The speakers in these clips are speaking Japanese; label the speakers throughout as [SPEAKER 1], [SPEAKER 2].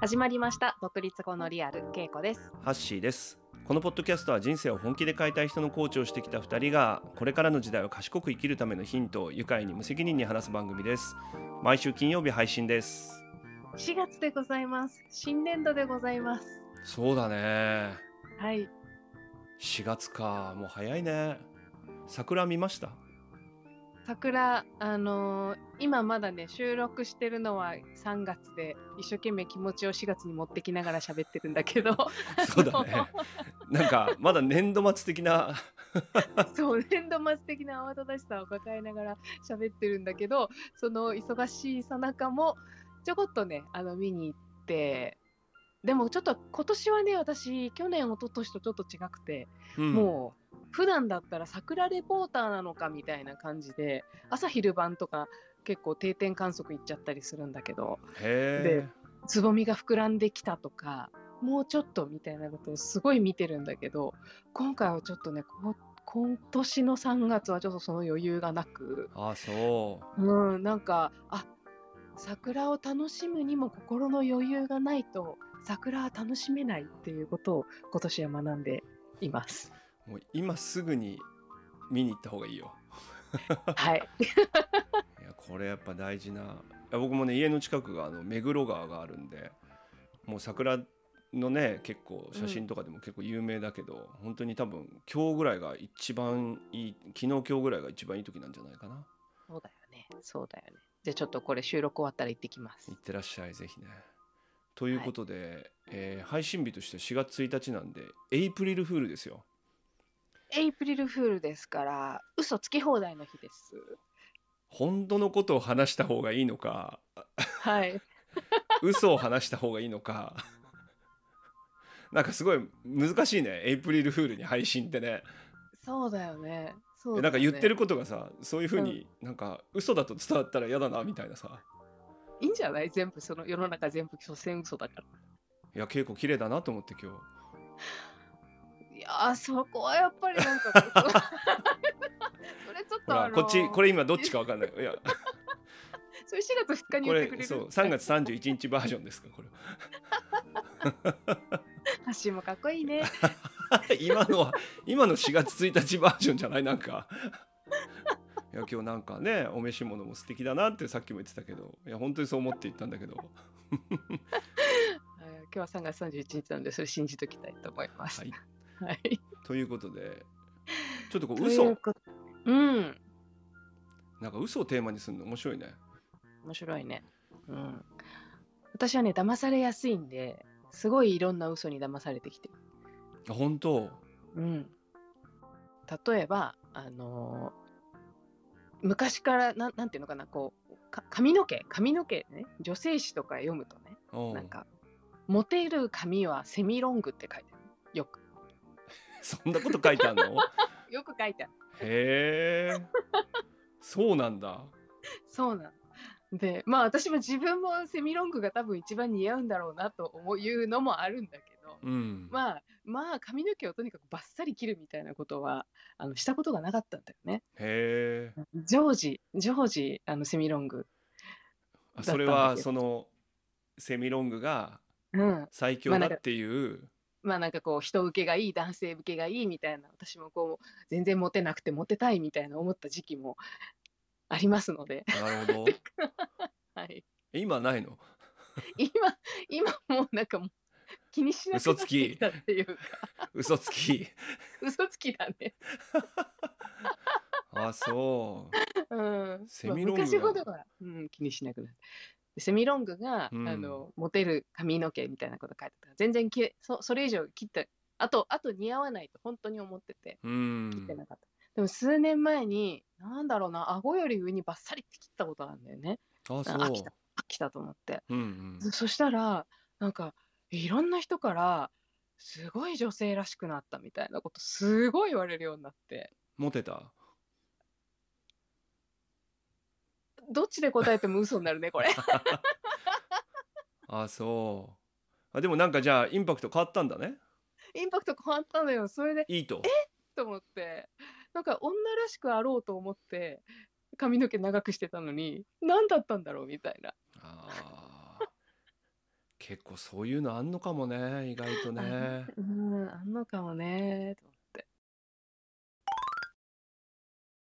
[SPEAKER 1] 始まりました独立後のリアルけいこです
[SPEAKER 2] ハッシーですこのポッドキャストは人生を本気で変えたい人のコーチをしてきた2人がこれからの時代を賢く生きるためのヒントを愉快に無責任に話す番組です毎週金曜日配信です
[SPEAKER 1] 4月でございます新年度でございます
[SPEAKER 2] そうだね
[SPEAKER 1] はい
[SPEAKER 2] 4月かもう早いね桜見ま した
[SPEAKER 1] 桜あのー今まだね収録してるのは3月で一生懸命気持ちを4月に持ってきながら喋ってるんだけど
[SPEAKER 2] そうだねなんかまだ年度末的 な
[SPEAKER 1] そう年度末的な慌ただしさを抱えながら喋ってるんだけどその忙しいさなかもちょこっとねあの見に行ってでもちょっと今年はね私去年一昨年とちょっと違くて、
[SPEAKER 2] うん
[SPEAKER 1] もう普段だったら桜レポーターなのかみたいな感じで朝昼晩とか結構定点観測行っちゃったりするんだけど
[SPEAKER 2] へえ
[SPEAKER 1] つぼみが膨らんできたとかもうちょっとみたいなことをすごい見てるんだけど今回はちょっとねこ今年の3月はちょっとその余裕がなく、
[SPEAKER 2] あそ
[SPEAKER 1] うん、なんかあ桜を楽しむにも心の余裕がないと桜は楽しめないっていうことを今年は学んでい ます。
[SPEAKER 2] うもう今すぐに見に行った方がいいよ
[SPEAKER 1] はい、
[SPEAKER 2] いやこれやっぱ大事ないや僕もね家の近くがあの目黒川があるんでもう桜のね結構写真とかでも結構有名だけど、本当に多分今日ぐらいが一番いい昨日今日ぐらいが一番いい時なんじゃないかな
[SPEAKER 1] そうだよねそうだよね。じゃあちょっとこれ収録終わったら行ってきます
[SPEAKER 2] いっ。てらっしゃいぜひねということで、えー配信日として4月1日なんでエイプリルフールですよ
[SPEAKER 1] エイプリルフールですから嘘つき放題の日です。
[SPEAKER 2] 本当のことを話した方がいいのか
[SPEAKER 1] はい。
[SPEAKER 2] 嘘を話した方がいいのかなんかすごい難しいねエイプリルフールに配信ってね
[SPEAKER 1] そうだよね。そう
[SPEAKER 2] え
[SPEAKER 1] だ
[SPEAKER 2] な
[SPEAKER 1] よ
[SPEAKER 2] んか言ってることがさそういうふうになんか嘘だと伝わったら嫌だなみたいなさ
[SPEAKER 1] ね。いいんじゃない全部その世の中全部所詮嘘だか
[SPEAKER 2] いや稽古綺麗だなと思って今
[SPEAKER 1] ら。いやーそこはやっぱりなんか それちょっ
[SPEAKER 2] 日ほ
[SPEAKER 1] とあ
[SPEAKER 2] ら
[SPEAKER 1] の
[SPEAKER 2] こっちこ
[SPEAKER 1] れ
[SPEAKER 2] れ今どっちかわかんない いや
[SPEAKER 1] それ4月2日に
[SPEAKER 2] こ
[SPEAKER 1] 言って
[SPEAKER 2] れ
[SPEAKER 1] くれる
[SPEAKER 2] そう3月31 日バージョンですかこれ
[SPEAKER 1] 発信もかっこいいね。
[SPEAKER 2] 今のは今の4月1日バージョンじゃないなんかいや今日なんかねお召し物も素敵だなってさっきも言ってたけどいや本当にそう思って行ったんだけど、
[SPEAKER 1] あー今日は3月31日なのでそれ信じときたいと思います。
[SPEAKER 2] は
[SPEAKER 1] はいい、。
[SPEAKER 2] ということでちょっとこう
[SPEAKER 1] とい
[SPEAKER 2] 嘘
[SPEAKER 1] うことうん
[SPEAKER 2] なんか嘘をテーマにするの面白いね
[SPEAKER 1] 面白いね。うん。私はね騙されやすいんですごいいろんな嘘に騙されてきてる
[SPEAKER 2] あ本当
[SPEAKER 1] うん、例えば、あのー昔からなんなんていうのかなこうか髪の毛髪の毛ね女性誌とか読むとね、
[SPEAKER 2] う
[SPEAKER 1] なんか「モテる髪はセミロング」って書いてあるよく
[SPEAKER 2] そんなこと書いてあるの
[SPEAKER 1] よく書いてある
[SPEAKER 2] へえ。そうなんだ。
[SPEAKER 1] そうなのでまあ私も自分もセミロングが多分一番似合うんだろうなと思ういうのもあるんだけど
[SPEAKER 2] うん。
[SPEAKER 1] まあまあ髪の毛をとにかくバッサリ切るみたいなことはあのしたことがなかったんだよね
[SPEAKER 2] へえ。
[SPEAKER 1] 常時常時あのセミロングだ
[SPEAKER 2] あ
[SPEAKER 1] ったんだけど
[SPEAKER 2] それはそのセミロングが
[SPEAKER 1] うん
[SPEAKER 2] 最強だっていう。
[SPEAKER 1] まあなんかこう人受けがいい男性受けがいいみたいな私もこう全然モテなくてモテたいみたいな思った時期もありますので、
[SPEAKER 2] なるほど。
[SPEAKER 1] はい、
[SPEAKER 2] 今ないの。
[SPEAKER 1] 今今もうなんかもう気にしなくなってきたっていうか
[SPEAKER 2] 嘘つき。
[SPEAKER 1] 嘘つきだね、
[SPEAKER 2] あ、そう。
[SPEAKER 1] うん、
[SPEAKER 2] セミロング
[SPEAKER 1] まあ
[SPEAKER 2] が
[SPEAKER 1] 昔ほどは、うん、気にしなくなってセミロングが、
[SPEAKER 2] うん
[SPEAKER 1] あのモテる髪の毛みたいなこと書いてたから全然きそそれ以上切ったあとあと似合わないと本当に思ってて
[SPEAKER 2] う
[SPEAKER 1] 切っ
[SPEAKER 2] ん
[SPEAKER 1] て。なかった。でも数年前に、なんだろうな、顎より上にバッサリって切ったことあるんだよね。
[SPEAKER 2] あ、そ
[SPEAKER 1] あ飽き
[SPEAKER 2] う
[SPEAKER 1] た。飽きたと思って。
[SPEAKER 2] うん
[SPEAKER 1] そそしたら、なんか、いろんな人から、すごい女性らしくなったみたいなこと、すごい言われるようになって、
[SPEAKER 2] うん。モテた。
[SPEAKER 1] どっちで答えても嘘になるね、これ。
[SPEAKER 2] あ、そう。あ、でもなんかじゃあインパクト変わったんだね。
[SPEAKER 1] インパクト変わったのよ。それで、
[SPEAKER 2] いいと。
[SPEAKER 1] と思って、なんか女らしくあろうと思って、髪の毛長くしてたのに何だったんだろうみたいな
[SPEAKER 2] あー結構そういうのあんのかもね意外と ね
[SPEAKER 1] うんあんのかもねと思って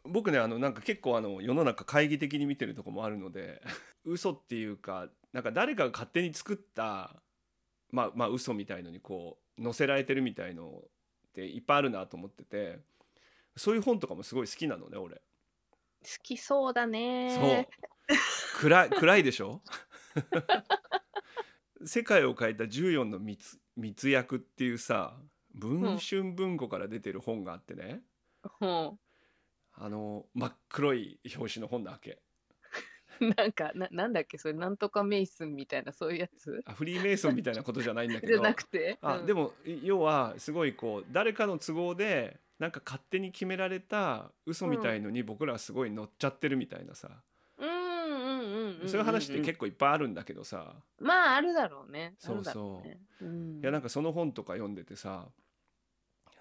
[SPEAKER 2] 僕ねあのなんか結構あの世の中懐疑的に見てるとこもあるので嘘っていうかなんか誰かが勝手に作ったまあまあ嘘みたいのにこう載せられてるみたいのっていっぱいあるなと思っててそういう本とかもすごい好きなのね俺。
[SPEAKER 1] 好きそうだ
[SPEAKER 2] そう
[SPEAKER 1] ね
[SPEAKER 2] 暗い暗いでしょ 世界を変えた14の密密約っていうさ文春文庫から出てる本があってね、
[SPEAKER 1] そ
[SPEAKER 2] あの真っ黒い表紙の本なわけ
[SPEAKER 1] うんなんかななんだっけそれなんとかメイスンみたいなそういうやつ
[SPEAKER 2] あフリーメイソンみたいなことじゃないんだけ
[SPEAKER 1] じゃ
[SPEAKER 2] ど
[SPEAKER 1] なくて
[SPEAKER 2] あ
[SPEAKER 1] うん
[SPEAKER 2] でもい要はすごいこう誰かの都合でなんか勝手に決められた嘘みたいのに僕らはすごい乗っちゃってるみたいなさ、
[SPEAKER 1] うんうんうんんんん
[SPEAKER 2] そういう話って結構いっぱいあるんだけどさ、
[SPEAKER 1] まああるだろうねあ
[SPEAKER 2] そう
[SPEAKER 1] るだろねうん
[SPEAKER 2] いやなんかその本とか読んでてさ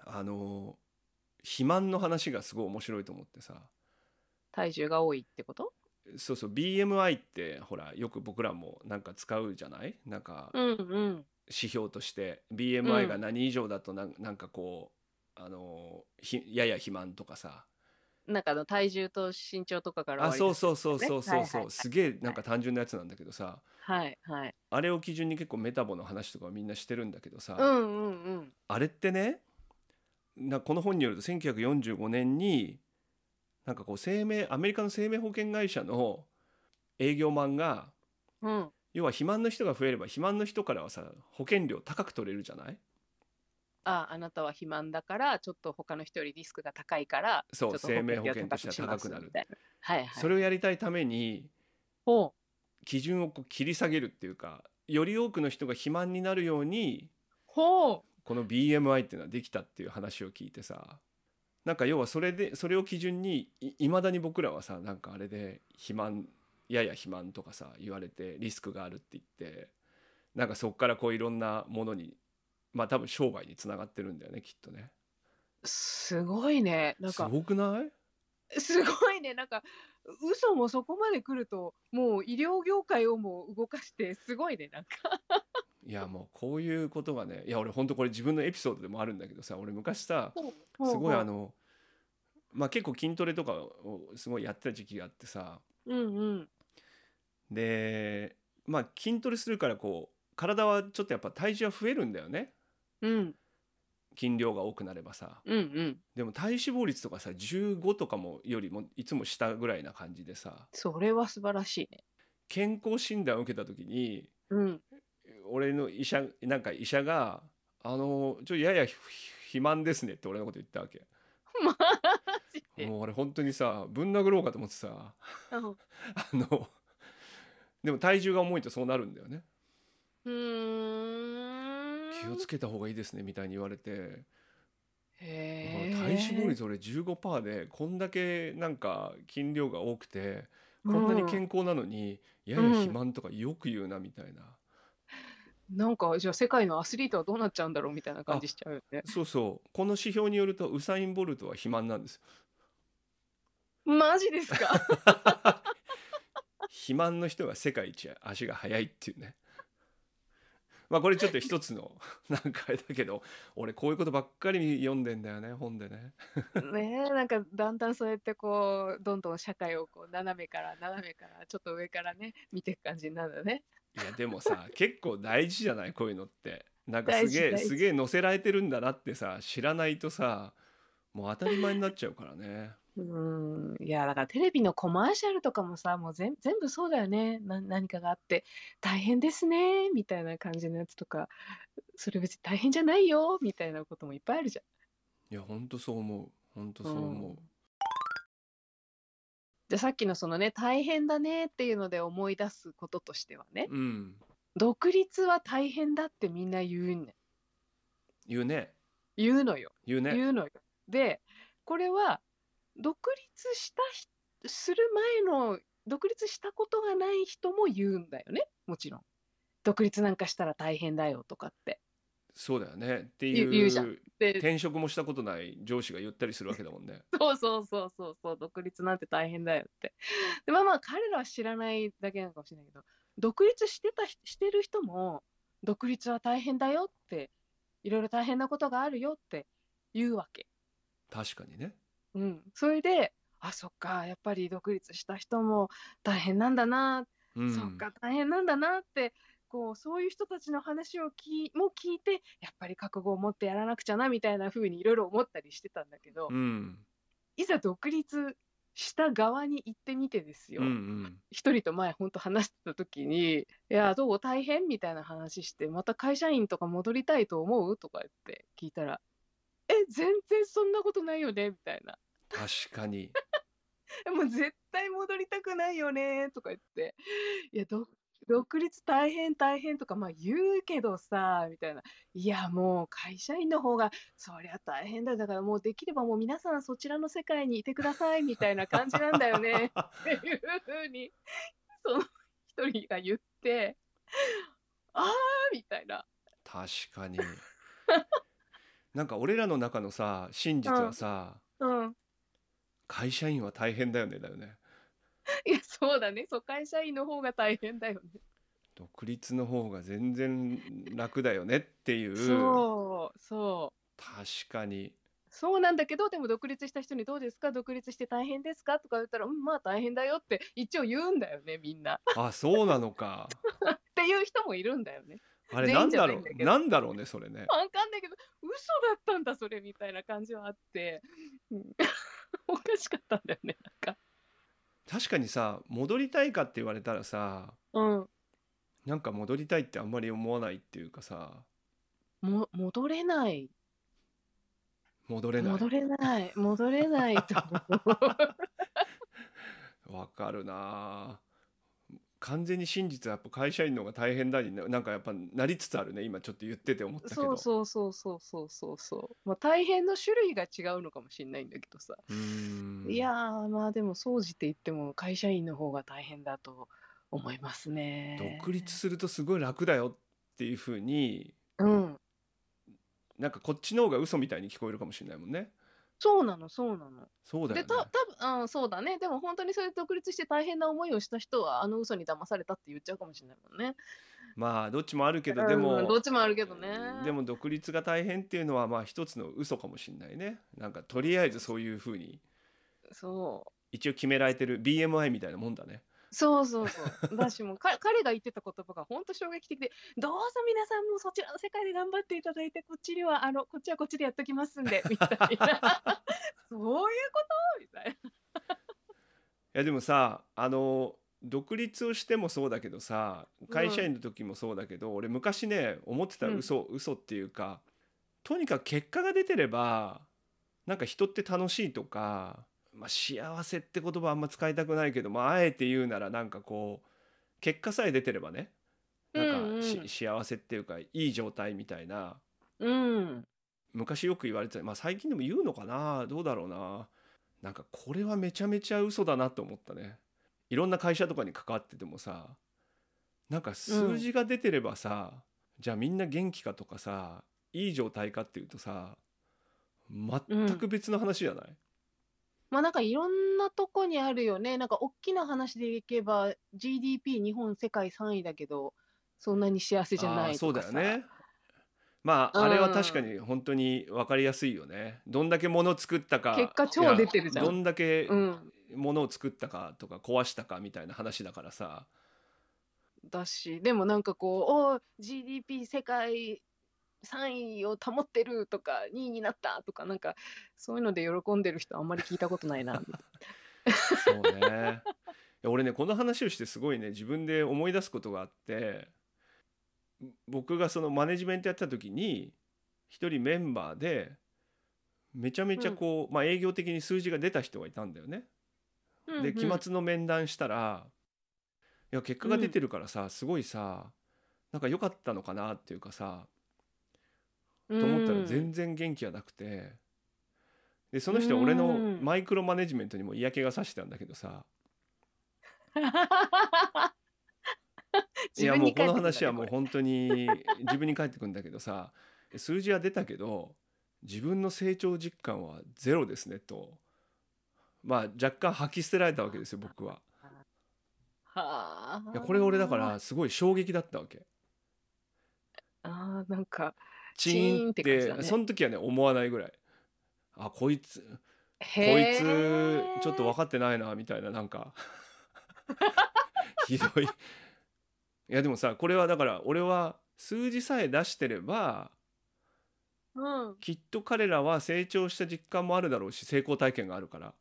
[SPEAKER 2] あの肥満の話がすごい面白いと思ってさ
[SPEAKER 1] 体重が多いってこと
[SPEAKER 2] そうそう BMI ってほらよく僕らもなんか使うじゃないなんか
[SPEAKER 1] うんうん
[SPEAKER 2] 指標として
[SPEAKER 1] う
[SPEAKER 2] BMI
[SPEAKER 1] ん
[SPEAKER 2] が何以上だとなんなんかこうあのひやや肥満とかさ
[SPEAKER 1] なんかあの体重と身長とかから
[SPEAKER 2] あ
[SPEAKER 1] 割り
[SPEAKER 2] そう
[SPEAKER 1] 出す
[SPEAKER 2] そうそうそうそう
[SPEAKER 1] はいはい
[SPEAKER 2] そ
[SPEAKER 1] は
[SPEAKER 2] う
[SPEAKER 1] い
[SPEAKER 2] すげえなんか単純なやつなんだけどさ
[SPEAKER 1] はいはい
[SPEAKER 2] あれを基準に結構メタボの話とかみんなしてるんだけどさ、
[SPEAKER 1] うんうんうん
[SPEAKER 2] あれってねなこの本によると1945年になんかこう生命アメリカの生命保険会社の営業マンが
[SPEAKER 1] うん
[SPEAKER 2] 要は肥満の人が増えれば肥満の人からはさ保険料高く取れるじゃない
[SPEAKER 1] ああなたは肥満だからちょっと他の人よりリスクが高いから
[SPEAKER 2] そう
[SPEAKER 1] ちょっと
[SPEAKER 2] 生命保険としては
[SPEAKER 1] 保
[SPEAKER 2] 高く
[SPEAKER 1] 険料
[SPEAKER 2] なる
[SPEAKER 1] みたいなはいはい
[SPEAKER 2] それをやりたいために
[SPEAKER 1] ほう
[SPEAKER 2] 基準をこう切り下げるっていうかより多くの人が肥満になるように
[SPEAKER 1] ほう
[SPEAKER 2] この BMI っていうのはできたっていう話を聞いてさなんか要はそれでそれを基準にいまだに僕らはさなんかあれで肥満やや肥満とかさ言われてリスクがあるって言ってなんかそこからこういろんなものにまあ多分商売につながってるんだよねきっとね。
[SPEAKER 1] すごいねなん
[SPEAKER 2] す
[SPEAKER 1] か
[SPEAKER 2] ごくない
[SPEAKER 1] すごいねなんか嘘もそこまで来るともう医療業界をもう動かしてすごいねなんか
[SPEAKER 2] いやもうこういうことがねいや俺ほんとこれ自分のエピソードでもあるんだけどさ俺昔さ
[SPEAKER 1] ほうほう
[SPEAKER 2] すごい
[SPEAKER 1] ほう
[SPEAKER 2] あのまあ結構筋トレとかをすごいやってた時期があってさ
[SPEAKER 1] うんうん
[SPEAKER 2] でまあ筋トレするからこう体はちょっとやっぱ体重は増えるんだよね
[SPEAKER 1] うん
[SPEAKER 2] 筋量が多くなればさ
[SPEAKER 1] うんうん
[SPEAKER 2] でも体脂肪率とかさ15とかもよりもいつも下ぐらいな感じでさ
[SPEAKER 1] それは素晴らしいね
[SPEAKER 2] 健康診断を受けた時に
[SPEAKER 1] うん
[SPEAKER 2] 俺の医者なんか医者が「あのちょやや肥満ですね」って俺のこと言ったわけ。
[SPEAKER 1] マジで
[SPEAKER 2] もう俺本当にさぶん殴ろうかと思ってさ
[SPEAKER 1] うん
[SPEAKER 2] あのでも体重が重いとそうなるんだよね
[SPEAKER 1] うーん
[SPEAKER 2] 気をつけた方がいいですねみたいに言われて、もう
[SPEAKER 1] へ
[SPEAKER 2] 体
[SPEAKER 1] ー
[SPEAKER 2] 脂肪率俺15%でこんだけなんか筋量が多くてこんなに
[SPEAKER 1] う
[SPEAKER 2] 健康なのに、やや肥満とかよく言うなみたいな、
[SPEAKER 1] んなんかじゃあ世界のアスリートはどうなっちゃうんだろうみたいな感じしちゃうよね
[SPEAKER 2] そうそうこの指標によるとウサイン・ボルトは肥満なんです
[SPEAKER 1] マジです か
[SPEAKER 2] 肥満の人が世界一足が速いっていうねまあこれちょっと一つのなんかあれだけど俺こういうことばっかり読んでんだよね本でね
[SPEAKER 1] ねえなんかだんだんそうやってこうどんどん社会をこう斜めから斜めからちょっと上からね見ていく感じになるんだね
[SPEAKER 2] いやでもさ 結構大事じゃないこういうのってなんかす
[SPEAKER 1] 大事
[SPEAKER 2] げえ
[SPEAKER 1] 大事
[SPEAKER 2] すげえ載せられてるんだなってさ知らないとさもう当たり前になっちゃうからね
[SPEAKER 1] うーんいやだからテレビのコマーシャルとかもさもう全全部そうだよねな何かがあって大変ですねみたいな感じのやつとかそれ別に大変じゃないよみたいなこともいっぱいあるじゃ
[SPEAKER 2] いやほんとそう思うほんとそう思う、
[SPEAKER 1] うんん。でさっきのそのね大変だねっていうので思い出すこととしてはね
[SPEAKER 2] うん
[SPEAKER 1] 独立は大変だってみんな言うね
[SPEAKER 2] 言うね
[SPEAKER 1] 言うのよ
[SPEAKER 2] 言うね
[SPEAKER 1] 言うのよ。でこれは独立した人する前の独立したことがない人も言うんだよねもちろん。独立なんかしたら大変だよとかって。
[SPEAKER 2] そうだよねって
[SPEAKER 1] 言う言うじゃ
[SPEAKER 2] い
[SPEAKER 1] ん
[SPEAKER 2] う
[SPEAKER 1] で
[SPEAKER 2] 転職もしたことない上司が言ったりするわけだもんね。
[SPEAKER 1] そうそうそうそうそう、独立なんて大変だよって。でまあまあ、彼らは知らないだけなのかもしれないけど、独立してた人してる人も、独立は大変だよって、いろいろ大変なことがあるよって言うわけ。
[SPEAKER 2] 確かにね。
[SPEAKER 1] うん。それで、あ、そっか、やっぱり独立した人も大変なんだな、
[SPEAKER 2] うん、
[SPEAKER 1] そっか、大変なんだなって、こう、そういう人たちの話をきも聞いて、やっぱり覚悟を持ってやらなくちゃな、みたいな風にいろいろ思ったりしてたんだけど、
[SPEAKER 2] うん。
[SPEAKER 1] いざ独立した側に行ってみてですよ
[SPEAKER 2] うんう、ん。
[SPEAKER 1] 一、人と前、本当話してた時に、いや、どう大変みたいな話して、また会社員とか戻りたいと思うとか言って聞いたら、え、全然そんなことないよねみたいな。
[SPEAKER 2] 確かに。
[SPEAKER 1] えもう絶対戻りたくないよねとか言って、いや、ど独立大変大変とか、まあ言うけどさ、みたいな。いや、もう会社員の方が、そりゃ大変だよ。だからもうできればもう皆さんそちらの世界にいてください、みたいな感じなんだよ ね。っていうふうに、その一人が言って、あーみたいな。
[SPEAKER 2] 確かに。なんか俺らの中のさ真実はさ、
[SPEAKER 1] うん。
[SPEAKER 2] 会社員は大変だよねだよね。
[SPEAKER 1] いや、そうだね。そう、会社員の方が大変だよね。
[SPEAKER 2] 独立の方が全然楽だよねっていう
[SPEAKER 1] そう、そう。
[SPEAKER 2] 確かに
[SPEAKER 1] そうなんだけど、でも独立した人にどうですか、独立して大変ですかとか言ったら、うん、まあ大変だよって一応言うんだよね、みんな。っ
[SPEAKER 2] あそうなのか
[SPEAKER 1] ていう人もいるんだよね。
[SPEAKER 2] あれ
[SPEAKER 1] 全
[SPEAKER 2] な
[SPEAKER 1] 員
[SPEAKER 2] ん
[SPEAKER 1] じゃ
[SPEAKER 2] だ
[SPEAKER 1] ない
[SPEAKER 2] ろ
[SPEAKER 1] んだけ
[SPEAKER 2] う
[SPEAKER 1] ど
[SPEAKER 2] なんだろうねそれね
[SPEAKER 1] わかんないけど、嘘だったんだ、それみたいな感じはあって、うん おかしかったんだよね、なんか。
[SPEAKER 2] 確かにさ戻りたいかって言われたらさ
[SPEAKER 1] うん
[SPEAKER 2] なんか戻りたいってあんまり思わないっていうかさ
[SPEAKER 1] も戻れない、
[SPEAKER 2] 戻れない
[SPEAKER 1] 戻れない、戻れない と思う。
[SPEAKER 2] わかるなぁ完全に真実はやっぱ会社員の方が大変だにななんかやっぱなりつつあるね今ちょっと言ってて思ったけ
[SPEAKER 1] そ
[SPEAKER 2] ど
[SPEAKER 1] うそうそうそうそうそうそう。まあ大変の種類が違うのかもしれないんだけどさ。
[SPEAKER 2] うーん
[SPEAKER 1] いやー、まあでも、総じて言っても、会社員の方が大変だと思いますね。
[SPEAKER 2] 独立するとすごい楽だよっていうふうに
[SPEAKER 1] うん。
[SPEAKER 2] なんかこっちの方が嘘みたいに聞こえるかもしれないもんね。
[SPEAKER 1] そうなの、そうなの。
[SPEAKER 2] そうだ
[SPEAKER 1] で、
[SPEAKER 2] よね。
[SPEAKER 1] た多分うん、そうだね。でも、本当にそれで独立して大変な思いをした人は、あの嘘に騙されたって言っちゃうかもしれないもんね。
[SPEAKER 2] まあどっちもあるけどでも、
[SPEAKER 1] うんどっちもあるけどね。
[SPEAKER 2] でも独立が大変っていうのはまあ一つの嘘かもしれないね。なんかとりあえずそういうふうに
[SPEAKER 1] そう。
[SPEAKER 2] 一応決められてる BMI みたいなもんだね。
[SPEAKER 1] そうそう そう。だし、もうか彼が言ってた言葉が本当衝撃的で、どうぞ皆さんもそちらの世界で頑張っていただいて、こっちには、あの、こっちはこっちでやっときますんで、みたいな。 そういうことみたいな。
[SPEAKER 2] いやでもさあの独立をしてもそうだけどさ会社員の時もそうだけど、俺昔ね思ってた
[SPEAKER 1] うん
[SPEAKER 2] 嘘、嘘っていうかとにかく結果が出てればなんか人って楽しいとか、まあ、幸せって言葉あんま使いたくないけど、まあ、あえて言うならなんかこう結果さえ出てればねなんかし、
[SPEAKER 1] うんうん
[SPEAKER 2] 幸せっていうかいい状態みたいな
[SPEAKER 1] うん。
[SPEAKER 2] 昔よく言われてた、まあ、最近でも言うのかなどうだろうななんかこれはめちゃめちゃ嘘だなと思ったねいろんな会社とかに関わっててもさなんか数字が出てればさ、じゃあみんな元気かとかさいい状態かっていうとさ全く別の話じゃない、
[SPEAKER 1] まあなんかいろんなとこにあるよね。なんか大きな話でいけば GDP 日本世界3位だけど、そんなに幸せじゃ
[SPEAKER 2] あ
[SPEAKER 1] な
[SPEAKER 2] あ
[SPEAKER 1] い
[SPEAKER 2] そ
[SPEAKER 1] と
[SPEAKER 2] うだ
[SPEAKER 1] か
[SPEAKER 2] よ
[SPEAKER 1] さ。
[SPEAKER 2] ねまあ
[SPEAKER 1] うん
[SPEAKER 2] あれは確かに本当に分かりやすいよねどんだけ物作ったか
[SPEAKER 1] 結果超
[SPEAKER 2] いや
[SPEAKER 1] 出てるじゃん
[SPEAKER 2] どんだけ
[SPEAKER 1] うん。
[SPEAKER 2] 物を作ったかとか壊したかみたいな話だからさ、
[SPEAKER 1] だし、でもなんかこう、おー GDP 世界3位を保ってるとか、2位になったとか、なんかそういうので喜んでる人あんまり聞いたことない な。
[SPEAKER 2] そうね。いや俺ねこの話をしてすごいね自分で思い出すことがあって僕がそのマネジメントやってた時に一人メンバーでめちゃめちゃこう、まあ、営業的に数字が出た人がいたんだよ
[SPEAKER 1] う
[SPEAKER 2] ね。
[SPEAKER 1] んう
[SPEAKER 2] で
[SPEAKER 1] ん
[SPEAKER 2] 期末の面談したらいや結果が出てるからさすごいさなんか良かったのかなっていうかさと思ったら 全然元気がなくてでその人は俺の
[SPEAKER 1] うん
[SPEAKER 2] マイクロマネジメントにも嫌気がさしてたんだけどさ
[SPEAKER 1] うん
[SPEAKER 2] い
[SPEAKER 1] 自
[SPEAKER 2] や
[SPEAKER 1] 分
[SPEAKER 2] もう
[SPEAKER 1] に
[SPEAKER 2] こ
[SPEAKER 1] 返ってくるんだね
[SPEAKER 2] の話はもう
[SPEAKER 1] こ
[SPEAKER 2] 本当に自分に返ってくんだけどさ数字は出たけど自分の成長実感はゼロですねとまあ若干吐き捨てられたわけですよ僕は。
[SPEAKER 1] はあ
[SPEAKER 2] いやこれ俺だからすごい衝撃だったわけ。
[SPEAKER 1] あーなんか
[SPEAKER 2] チー
[SPEAKER 1] チー
[SPEAKER 2] ンっ
[SPEAKER 1] ンって感じ
[SPEAKER 2] て
[SPEAKER 1] だね
[SPEAKER 2] その時はね思わないぐらいあこいつこ
[SPEAKER 1] へ
[SPEAKER 2] いつ
[SPEAKER 1] ー
[SPEAKER 2] ちょっと分かってないなみたいななんか ひどいいやでもさこれはだから俺は数字さえ出してれば
[SPEAKER 1] うん
[SPEAKER 2] きっと彼らは成長した実感もあるだろうし成功体験があるから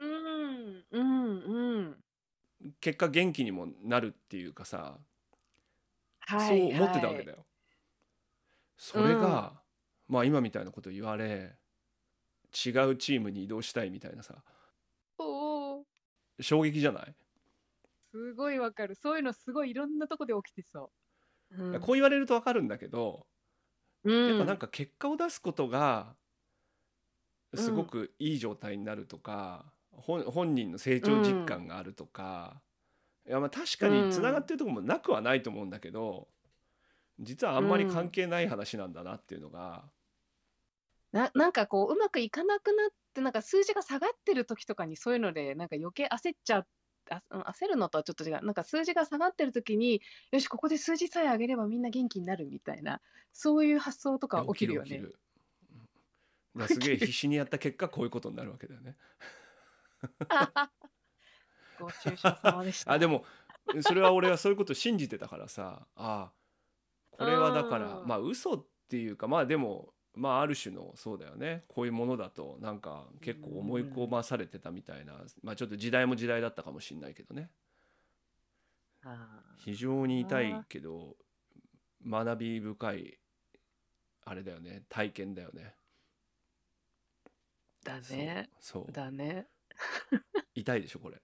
[SPEAKER 1] うんうんうん
[SPEAKER 2] 結果元気にもなるっていうかさ
[SPEAKER 1] は
[SPEAKER 2] そ
[SPEAKER 1] いう
[SPEAKER 2] 思ってたわ
[SPEAKER 1] は
[SPEAKER 2] け
[SPEAKER 1] い
[SPEAKER 2] だよ。それが、まあ今みたいなこと言われ違うチームに移動したいみたいなさ
[SPEAKER 1] おお
[SPEAKER 2] 衝撃じゃない、
[SPEAKER 1] すごいわかるそういうのすごいいろんなとこで起きてそう、うん、
[SPEAKER 2] こう言われるとわかるんだけど、
[SPEAKER 1] うん
[SPEAKER 2] やっぱなんか結果を出すことがすごくいい状態になるとか、本本人の成長実感があるとか、いやまあ確かにつながってるとこもなくはないと思うんだけど実はあんまり関係ない話なんだなっていうのが、
[SPEAKER 1] ななんかこううまくいかなくなってなんか数字が下がってる時とかにそういうのでなんか余計焦っちゃうあうん焦るのとはちょっと違うなんか数字が下がってる時によしここで数字さえ上げればみんな元気になるみたいなそういう発想とか起きるよ
[SPEAKER 2] 起き
[SPEAKER 1] ね。
[SPEAKER 2] るうんだからすげえ必死にやった結果こういうことになるわけだよね。
[SPEAKER 1] ご愁傷様でした。
[SPEAKER 2] あでもそれは俺はそういうこと信じてたからさああこれはだから
[SPEAKER 1] うん
[SPEAKER 2] まあ嘘っていうかまあでもまあある種のそうだよねこういうものだとなんか結構思い込まされてたみたいな、まあちょっと時代も時代だったかもしんないけどね
[SPEAKER 1] あ
[SPEAKER 2] 非常に痛いけど学び深いあれだよね体験だよね。
[SPEAKER 1] ーだね。
[SPEAKER 2] そうそう
[SPEAKER 1] だね。
[SPEAKER 2] 痛いでしょこれ。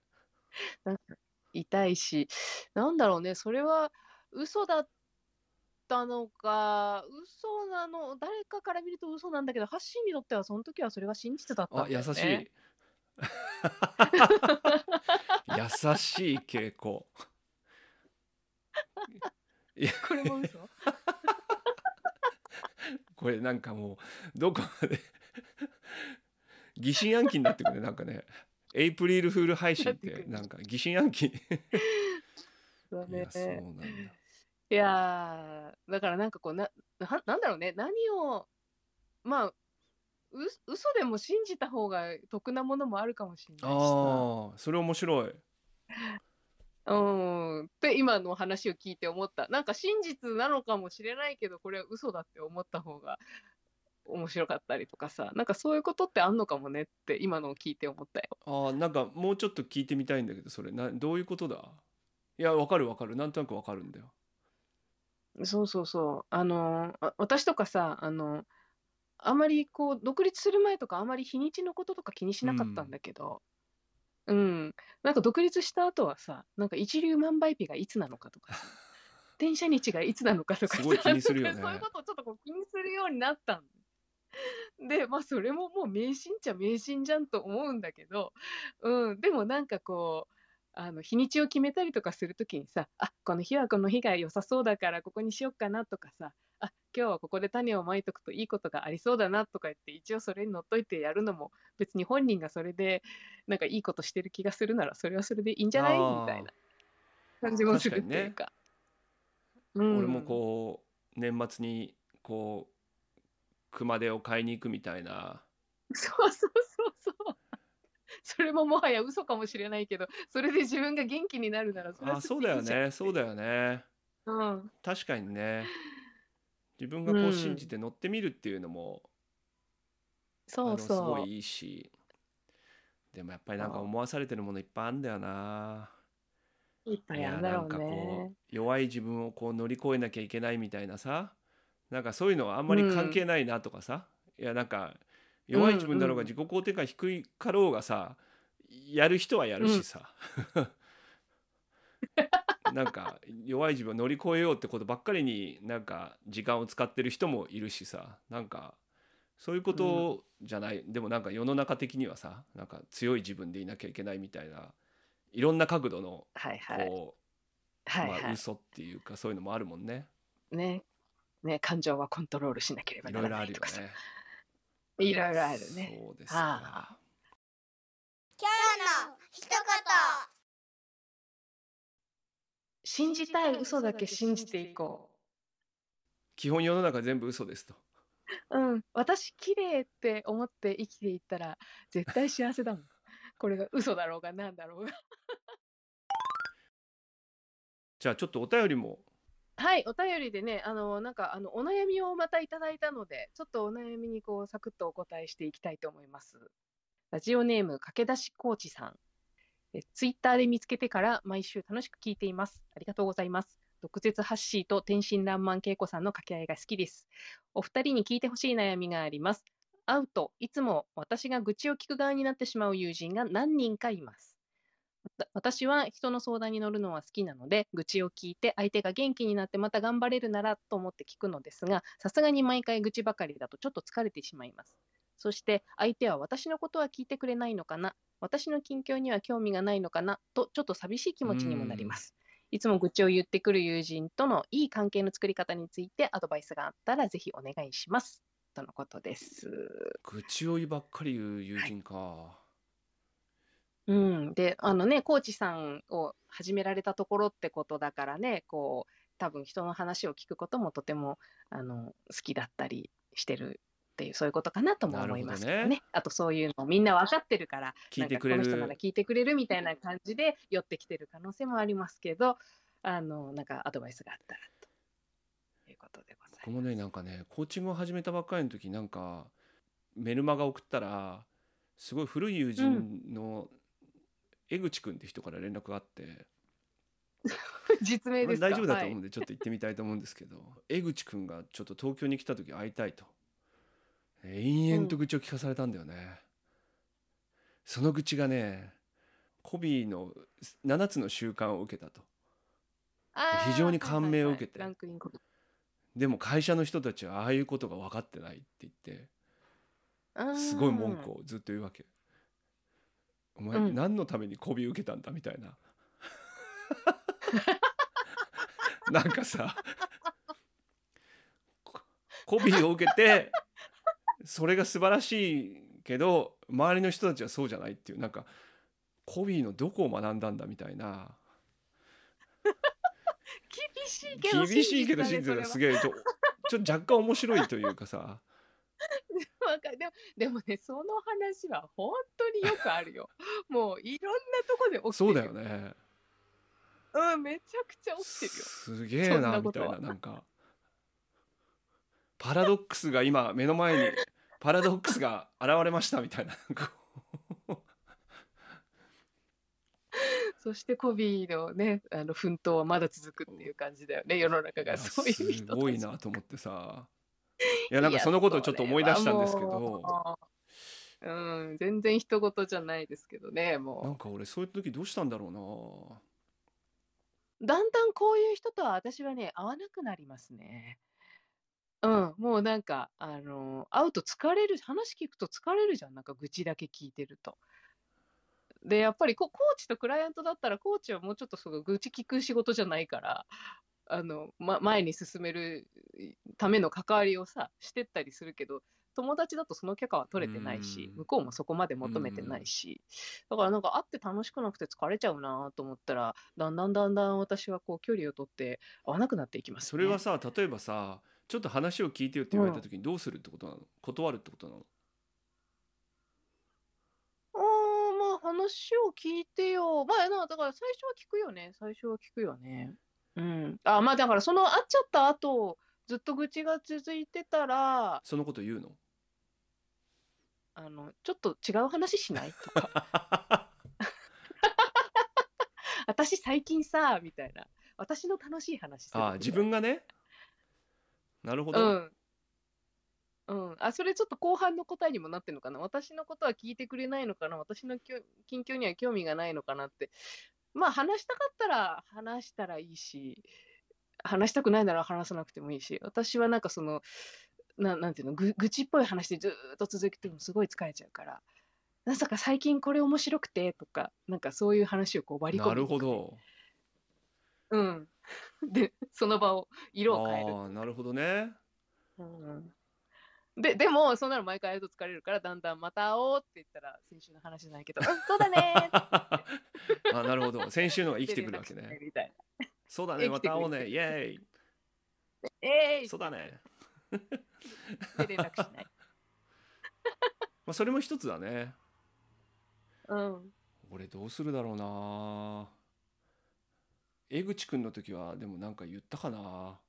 [SPEAKER 1] 痛いし、なんだろうね、それは嘘だったのか、嘘なの、誰かから見ると嘘なんだけど、ハッシーにとってはその時はそれが真実だった
[SPEAKER 2] あ、
[SPEAKER 1] んだよね。
[SPEAKER 2] 優しい。 優しい傾向。 いや、
[SPEAKER 1] これも嘘
[SPEAKER 2] これなんかもう、どこまで。 疑心暗鬼になってくるね、なんかね。エイプリルフール配信っ
[SPEAKER 1] なって
[SPEAKER 2] て、
[SPEAKER 1] くる
[SPEAKER 2] なんか疑心暗鬼。い
[SPEAKER 1] だね
[SPEAKER 2] や、そうなんだ。
[SPEAKER 1] いやーだからなんかこうなな、なんだろうね、何を、まあ、う嘘でも信じた方が得なものもあるかもしれないしさ。
[SPEAKER 2] ああ、それ面白い。
[SPEAKER 1] うん、って今の話を聞いて思った。なんか真実なのかもしれないけど、これは嘘だって思った方が面白かったりとかさ、なんかそういうことってあんのかもねって今のを聞いて思ったよ。
[SPEAKER 2] ああ、なんかもうちょっと聞いてみたいんだけど、それ、な、どういうことだ。いや、わかるわかる、なんとなくわかるんだよ。
[SPEAKER 1] そうそうそう。あの、あ私とかさ、あの、あまりこう、独立する前とか、あまり日にちのこととか気にしなかったんだけど、うん、なんか独立した後はさ、なんか一粒万倍日がいつなのかと かさ、転写日がいつなのかとかさ
[SPEAKER 2] すごい気にするよね
[SPEAKER 1] そういうことをちょっとこう気にするようになったんで、まあ、それももう迷信っちゃ迷信じゃんと思うんだけど、うん、でもなんかこう、あの日にちを決めたりとかするときにさあこの日はこの日が良さそうだからここにしよっかなとかさあ今日はここで種をまいとくといいことがありそうだなとか言って一応それにのっといてやるのも別に本人がそれでなんかいいことしてる気がするならそれはそれでいいんじゃない
[SPEAKER 2] あー
[SPEAKER 1] みたいな感じもするっていうか。うん
[SPEAKER 2] 俺もこう年末にこう熊手を買いに行くみたいな
[SPEAKER 1] そうそうそうそう。それももはや嘘かもしれないけど、それで自分が元気になるならそれは
[SPEAKER 2] あ
[SPEAKER 1] それ
[SPEAKER 2] そう
[SPEAKER 1] で
[SPEAKER 2] だ
[SPEAKER 1] いい
[SPEAKER 2] よ
[SPEAKER 1] じゃん。
[SPEAKER 2] ねそうだよね
[SPEAKER 1] うん。
[SPEAKER 2] 確かにね自分がこ
[SPEAKER 1] うん
[SPEAKER 2] う信じて乗ってみるっていうのも、あ
[SPEAKER 1] そ
[SPEAKER 2] の
[SPEAKER 1] う
[SPEAKER 2] すご
[SPEAKER 1] そう。
[SPEAKER 2] いいいしでもやっぱりなんか思わされてるものいっぱいあんだよない
[SPEAKER 1] っぱいあるんだ
[SPEAKER 2] な
[SPEAKER 1] ろ
[SPEAKER 2] ん
[SPEAKER 1] う
[SPEAKER 2] かこ
[SPEAKER 1] ね。
[SPEAKER 2] う弱い自分をこう乗り越えなきゃいけないみたいなさなんかそういうのはあんまり関係ないなとかさ、いやなんか弱い自分だろうが
[SPEAKER 1] うんうん
[SPEAKER 2] 自己肯定感低いかろうがさやる人はやるしさ、 なんか弱い自分を乗り越えようってことばっかりになんか時間を使ってる人もいるしさなんかそういうことじゃない、でもなんか世の中的にはさなんか強い自分でいなきゃいけないみたいないろんな角度の
[SPEAKER 1] はいはい。
[SPEAKER 2] こう、
[SPEAKER 1] はい
[SPEAKER 2] ま
[SPEAKER 1] は
[SPEAKER 2] あ、
[SPEAKER 1] い。
[SPEAKER 2] 嘘っていうかそういうのもあるもんね。
[SPEAKER 1] ね。ね、感情はコントロールしなければ
[SPEAKER 2] い
[SPEAKER 1] な
[SPEAKER 2] ろい
[SPEAKER 1] ら
[SPEAKER 2] ろ
[SPEAKER 1] な
[SPEAKER 2] ある
[SPEAKER 1] い
[SPEAKER 2] よ
[SPEAKER 1] とかさ、
[SPEAKER 2] ね。
[SPEAKER 1] いろいろあるね。
[SPEAKER 2] そうです
[SPEAKER 1] は
[SPEAKER 2] か。
[SPEAKER 3] の一言
[SPEAKER 1] 信じたい嘘だけ信じていこ
[SPEAKER 2] 基本世の中全部嘘ですと。
[SPEAKER 1] う。うん、私綺麗って思って生きていったら絶対幸せだもん。これが嘘だろうがなんだろうが。
[SPEAKER 2] じゃあちょっとお便りも
[SPEAKER 1] はい、お便りでね、あの、なんか、あの、お悩みをまたいただいたので、ちょっとお悩みにこう、サクッとお答えしていきたいと思います。ラジオネーム、駆け出しコーチさん。え、ツイッターで見つけてから毎週楽しく聞いています。ありがとうございます。毒舌ハッシーと天真爛漫恵子さんの掛け合いが好きです。お二人に聞いてほしい悩みがあります。会うと、いつも私が愚痴を聞く側になってしまう友人が何人かいます。わた私は人の相談に乗るのは好きなので愚痴を聞いて相手が元気になってまた頑張れるならと思って聞くのですがさすがに毎回愚痴ばかりだとちょっと疲れてしまいますそして相手は私のことは聞いてくれないのかな私の近況には興味がないのかなとちょっと寂しい気持ちにもなりますいつも愚痴を言ってくる友人とのいい関係の作り方についてアドバイスがあったらぜひお願いしますとのことです
[SPEAKER 2] 愚痴をばっかり言う友人か。
[SPEAKER 1] うん、で、あのね、コーチさんを始められたところってことだからね、こう、多分人の話を聞くこともとても、あの、好きだったりしてるっていう、そういうことかなとも
[SPEAKER 2] な
[SPEAKER 1] 思
[SPEAKER 2] るほ
[SPEAKER 1] い
[SPEAKER 2] ど
[SPEAKER 1] ます
[SPEAKER 2] ね
[SPEAKER 1] けどね。あとそういうのをみんな分かってるから、
[SPEAKER 2] 聞いてくれ
[SPEAKER 1] なんかこの人なら
[SPEAKER 2] る。
[SPEAKER 1] 聞いてくれるみたいな感じで寄ってきてる可能性もありますけど、あの、なんかアドバイスがあったらということでござい
[SPEAKER 2] 僕もねなんかねコーチングを始めたばっかりの時なんかメルマガ送ったらすごい古い友人の江口くんって人から連絡があって、
[SPEAKER 1] ます。 実名
[SPEAKER 2] まあ
[SPEAKER 1] ですか
[SPEAKER 2] 大丈夫だと
[SPEAKER 1] は
[SPEAKER 2] 思
[SPEAKER 1] い
[SPEAKER 2] うんでちょっと行ってみたいと思うんですけど、江口くんがちょっと東京に来た時会いたいと延々と愚痴を聞かされたんだよね、その愚痴がねコビーの7つの習慣を受けたと
[SPEAKER 1] あー
[SPEAKER 2] 非常に感銘を
[SPEAKER 1] はいはいはい
[SPEAKER 2] 受けて
[SPEAKER 1] ランクインコ
[SPEAKER 2] でも会社の人たちはああいうことが分かってないって言ってすごい文句をずっと言うわけ。お前、
[SPEAKER 1] うん
[SPEAKER 2] 何のために媚び受けたんだみたいな。なんかさこ媚びを受けてそれが素晴らしいけど周りの人たちはそうじゃないっていうなんか媚びのどこを学んだんだみたいな
[SPEAKER 1] 厳しいけど
[SPEAKER 2] 厳しいけど
[SPEAKER 1] 真
[SPEAKER 2] 真
[SPEAKER 1] 実だ
[SPEAKER 2] 実
[SPEAKER 1] ね
[SPEAKER 2] が
[SPEAKER 1] そ
[SPEAKER 2] す
[SPEAKER 1] れは
[SPEAKER 2] げえちょちょっと若干面白いというかさ。
[SPEAKER 1] わかるでもでもねその話は本当によくあるよ もういろんなとこで起きてる
[SPEAKER 2] そうだよね。
[SPEAKER 1] うんめちゃくちゃ起きてるよ
[SPEAKER 2] すげえ
[SPEAKER 1] そん
[SPEAKER 2] な
[SPEAKER 1] な
[SPEAKER 2] み
[SPEAKER 1] こ
[SPEAKER 2] た
[SPEAKER 1] と
[SPEAKER 2] い
[SPEAKER 1] は
[SPEAKER 2] ななんかパラドックスが今目の前にパラドックスが現れましたみたいななんかこ
[SPEAKER 1] そしてコビーのねあの奮闘はまだ続くっていう感じだよね世の中
[SPEAKER 2] ういや
[SPEAKER 1] が
[SPEAKER 2] す
[SPEAKER 1] そういう人たち
[SPEAKER 2] ごいなと思ってさいやなんかそのことをちょっと思い出したんですけ
[SPEAKER 1] いやそれ
[SPEAKER 2] ど
[SPEAKER 1] はもううん全然人事じゃないですけどね
[SPEAKER 2] な
[SPEAKER 1] も
[SPEAKER 2] んか俺そういう時どうしたんだろ
[SPEAKER 1] うだんだんこういう人とは私はね会わなくなりますねうんもうなんかあの会うと疲れる話聞くと疲れるじゃんなんか愚痴だけ聞いてるとでやっぱりこコーチとクライアントだったらコーチはもうちょっとその愚痴聞く仕事じゃないからあの、ま、前に進めるための関わりをさしてったりするけど友達だとその許可は取れてないし
[SPEAKER 2] うん
[SPEAKER 1] 向こうもそこまで求めてないしだからなんか会って楽しくなくて疲れちゃうなと思ったらだんだんだんだん私はこう距離を取って会わなくなっていき
[SPEAKER 2] う
[SPEAKER 1] ます、ね、
[SPEAKER 2] それはさ例えばさちょっと話を聞いてよって言われた時にどうするってことなの断るってことなの
[SPEAKER 1] あーまあ話を聞いてよ。まあなだから最初は聞くよね。最初は聞くよね。うん。あまあだからその会っちゃった後ずっと愚痴が続いてたら
[SPEAKER 2] そのこと言 うの
[SPEAKER 1] あのちょっと違う話しない とか私最近さみたいな私の楽しい話する
[SPEAKER 2] あ自分がねなるほど、
[SPEAKER 1] うん。うん、あそれちょっと後半の答えにもなってるのかな私のことは聞いてくれないのかな私のきょ近況には興味がないのかなってまあ話したかったら話したらいいし話したくないなら話さなくてもいいし私はなんかそのななんていうのぐ愚痴っぽい話でずーっと続けてもすごい疲れちゃうからまさか最近これ面白くてとかなんかそういう話をこう割り込
[SPEAKER 2] なん
[SPEAKER 1] で
[SPEAKER 2] る
[SPEAKER 1] いく
[SPEAKER 2] ほど
[SPEAKER 1] うん でその場を色を変える
[SPEAKER 2] ああなるほどね
[SPEAKER 1] ででもそんなの毎回やると疲れるからだんだんまた会おうって言ったら先週の話じゃない けどうんそうだねーって
[SPEAKER 2] あなる ほど先週のが生きてくるわけ
[SPEAKER 1] 連絡して
[SPEAKER 2] ね
[SPEAKER 1] みたい
[SPEAKER 2] そうだね
[SPEAKER 1] 生
[SPEAKER 2] ま
[SPEAKER 1] きて
[SPEAKER 2] た
[SPEAKER 1] く
[SPEAKER 2] 会
[SPEAKER 1] る
[SPEAKER 2] おうねイエーイ
[SPEAKER 1] なえい、
[SPEAKER 2] そうだね
[SPEAKER 1] って連絡 しない、
[SPEAKER 2] まあそれも一つだね
[SPEAKER 1] うん、
[SPEAKER 2] 俺どうするだろうな江口くんの時はでもなんか言ったかな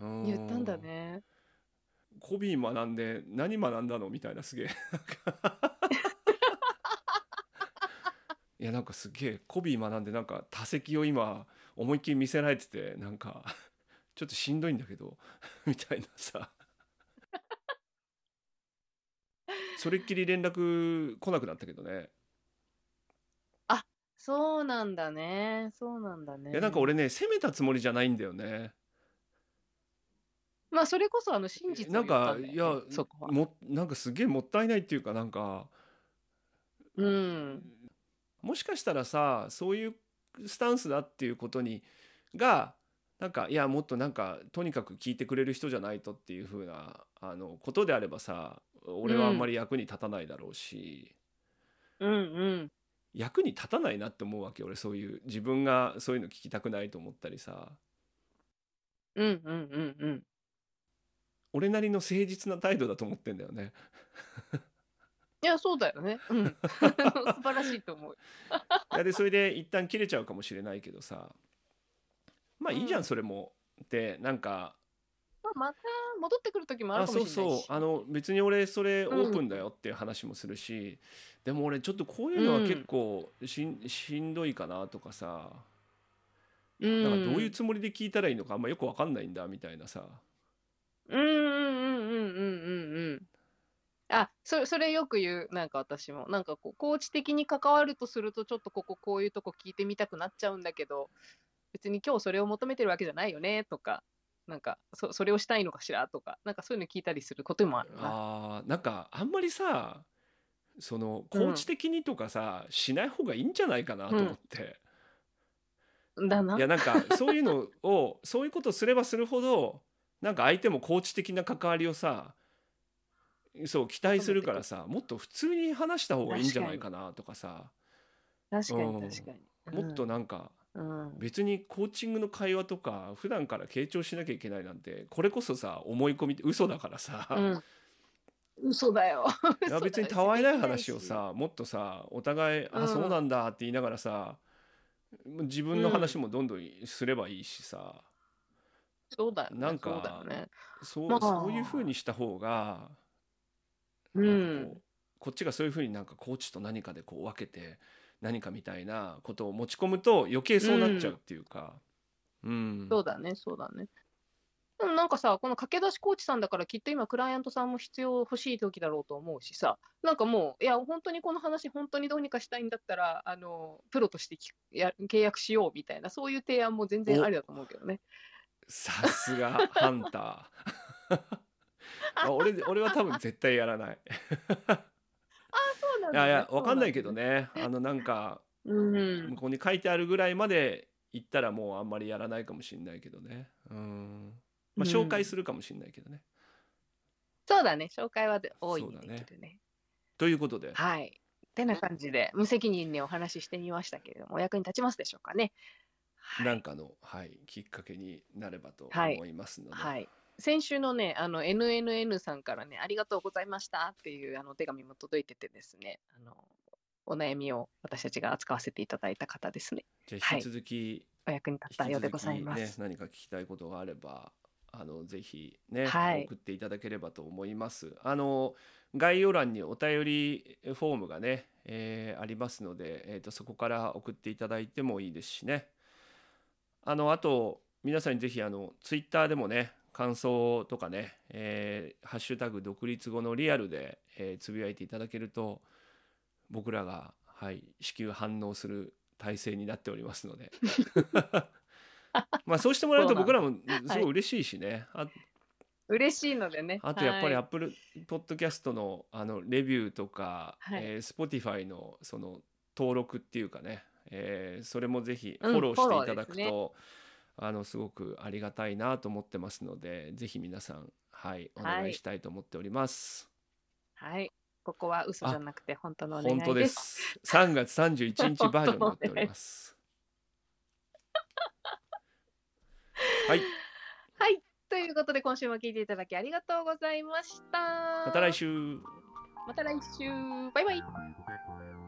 [SPEAKER 2] うん
[SPEAKER 1] 言ったんだね
[SPEAKER 2] コビー学んで何学んだのみたいなすげ えなんかいやなんかすげえコビー学んでなんか多席を今思いっきり見せられててなんかちょっとしんどいんだけどみたいなさそれっきり連絡来なくなったけどね
[SPEAKER 1] そうなんだねそうなんだね
[SPEAKER 2] いやなんか俺ね責めたつもりじゃないんだよね
[SPEAKER 1] まあそれこそあの真実
[SPEAKER 2] な
[SPEAKER 1] を言
[SPEAKER 2] ん
[SPEAKER 1] った
[SPEAKER 2] か
[SPEAKER 1] んだよね
[SPEAKER 2] いや
[SPEAKER 1] そこは
[SPEAKER 2] もなんかすげえもったいないっていうかなんか
[SPEAKER 1] うん
[SPEAKER 2] もしかしたらさそういうスタンスだっていうことにがなんかいやもっとなんかとにかく聞いてくれる人じゃないとっていう風なあのことであればさ俺はあんまり役に立たないだろうし、
[SPEAKER 1] うんうん
[SPEAKER 2] 役に立たないなって思うわけ俺そういう自分がそういうの聞きたくないと思ったりさ
[SPEAKER 1] うんうんうんうん
[SPEAKER 2] 俺なりの誠実な態度だと思ってんだよね。
[SPEAKER 1] いやそうだよねうん 素晴らしいと思う
[SPEAKER 2] いやでそれで一旦切れちゃうかもしれないけどさまあいいじゃ
[SPEAKER 1] うん
[SPEAKER 2] んそれも。でなんか
[SPEAKER 1] まあまた戻ってくる時もあるかもしれないし
[SPEAKER 2] あそうそうあの別に俺それオ
[SPEAKER 1] うん
[SPEAKER 2] ープンだよっていう話もするし、でも俺ちょっとこういうのは結構しん,、しんどいかなとかさ
[SPEAKER 1] うん
[SPEAKER 2] だからどういうつもりで聞いたらいいのかあんまよくわかんないんだみたいなさ
[SPEAKER 1] うんうんうんうんうんうんうん。あ、それ、それよく言う、なんか私も。なんかこう、コーチ的に関わるとすると、ちょっとこここういうとこ聞いてみたくなっちゃうんだけど、別に今日それを求めてるわけじゃないよね、とか、なんか、そ、それをしたいのかしら、とか、なんかそういうの聞いたりすることもあるな。
[SPEAKER 2] あーなんかあんまりさそのコーチ的にとかさ、しない方がいいんじゃないかなと思って、。
[SPEAKER 1] だない
[SPEAKER 2] やなんかそういうのをそういうことすればするほどなんか相手もコーチ的な関わりをさそう期待するからさもっと普通に話した方がいいんじゃないかなとかさ
[SPEAKER 1] 確か
[SPEAKER 2] うん
[SPEAKER 1] に確かに。
[SPEAKER 2] もっとなんか
[SPEAKER 1] うん、うん。
[SPEAKER 2] 別にコーチングの会話とか普段から傾聴しなきゃいけないなんてこれこそさ思い込みって嘘だからさ、
[SPEAKER 1] うん。嘘だよ。
[SPEAKER 2] いや
[SPEAKER 1] 嘘
[SPEAKER 2] 別
[SPEAKER 1] だ
[SPEAKER 2] に
[SPEAKER 1] よ
[SPEAKER 2] たわいない話をさもっとさお互い「
[SPEAKER 1] う
[SPEAKER 2] あ
[SPEAKER 1] ん
[SPEAKER 2] そうなんだ」って言いながらさ自分の話もどんどんすればいいしさ、
[SPEAKER 1] そうだよね
[SPEAKER 2] なんか
[SPEAKER 1] そうだよね。
[SPEAKER 2] そう
[SPEAKER 1] まあ
[SPEAKER 2] そういう風にした方が
[SPEAKER 1] う
[SPEAKER 2] なんかこ
[SPEAKER 1] ん
[SPEAKER 2] う。こっちがそういうふうになんかコーチと何かでこう分けて何かみたいなことを持ち込むと余計そうなっちゃうっていうか、うん
[SPEAKER 1] そうだね、そうだね。でもなんかさ、この駆け出しコーチさんだから、きっと今、クライアントさんも必要欲しい時だろうと思うしさ、なんかもう、いや、本当にこの話、本当にどうにかしたいんだったら、あのプロとしてきや契約しようみたいな、そういう提案も全然ありだと思うけどね。
[SPEAKER 2] さすがハンタ ー俺俺は多分絶対やらない
[SPEAKER 1] そうなん
[SPEAKER 2] い
[SPEAKER 1] だ
[SPEAKER 2] や
[SPEAKER 1] ね
[SPEAKER 2] いや分かんないけど。
[SPEAKER 1] そ
[SPEAKER 2] ねあのなんか
[SPEAKER 1] うだね
[SPEAKER 2] 向こうに書いてあるぐらいまで行ったらもうあんまりやらないかもしれないけどねうん
[SPEAKER 1] うん、
[SPEAKER 2] まあ紹介す
[SPEAKER 1] る。
[SPEAKER 2] るかもしれないけどね、
[SPEAKER 1] そうだね、紹介はで大いに
[SPEAKER 2] そう
[SPEAKER 1] で
[SPEAKER 2] だね
[SPEAKER 1] きるね。
[SPEAKER 2] ということで
[SPEAKER 1] はい。てな感じで、無責任にお話ししてみましたけれども、お役に立ちますでしょうかね。はい
[SPEAKER 2] なんかの、はい、きっかけになればと
[SPEAKER 1] はい
[SPEAKER 2] 思いますので、
[SPEAKER 1] はい。先週のね、あの NNN さんからね、ありがとうございましたっていうあのお手紙も届いててですね、あのお悩みを私たちが扱わせていただいた方ですね。
[SPEAKER 2] じゃあ
[SPEAKER 1] はい
[SPEAKER 2] 引き続き、
[SPEAKER 1] お役に立ったようでございま
[SPEAKER 2] 引き
[SPEAKER 1] す。
[SPEAKER 2] 続きね、何か聞きたいことがあればあのぜひね、
[SPEAKER 1] はい
[SPEAKER 2] 送っていただければと思います。あの概要欄にお便りフォームがね、えーありますので、えー、とそこから送っていただいてもいいですしね。あのあと皆さんにぜひあのツイッターでもね感想とかね、えーハッシュタグ独立後のリアルで、えーつぶやいていただけると僕らが、はい、至急反応する体制になっておりますの でまあそうしてもらうと僕らもすごい嬉しいしね、あ
[SPEAKER 1] 嬉しいのでね。
[SPEAKER 2] あとやっぱり
[SPEAKER 1] はい
[SPEAKER 2] Apple Podcast のあのレビューとか、
[SPEAKER 1] はい
[SPEAKER 2] えー Spotify のその登録っていうかね、えーそれもぜひ
[SPEAKER 1] う
[SPEAKER 2] フ
[SPEAKER 1] ん
[SPEAKER 2] ォローしていた
[SPEAKER 1] フォロ
[SPEAKER 2] だ
[SPEAKER 1] ーで
[SPEAKER 2] く
[SPEAKER 1] すね
[SPEAKER 2] と、あのすごくありがたいなと思ってますのでぜひ皆さんはいお
[SPEAKER 1] はい
[SPEAKER 2] 願いしたいと思っております。
[SPEAKER 1] はい。ここは嘘じゃなくて本当のお願い
[SPEAKER 2] 本
[SPEAKER 1] です。
[SPEAKER 2] 当です。3月31日バージョンになってお ります。はい、
[SPEAKER 1] はい。ということで今週も聞いていただきありがとうございました。
[SPEAKER 2] また来。週。
[SPEAKER 1] また来週。バイバイ。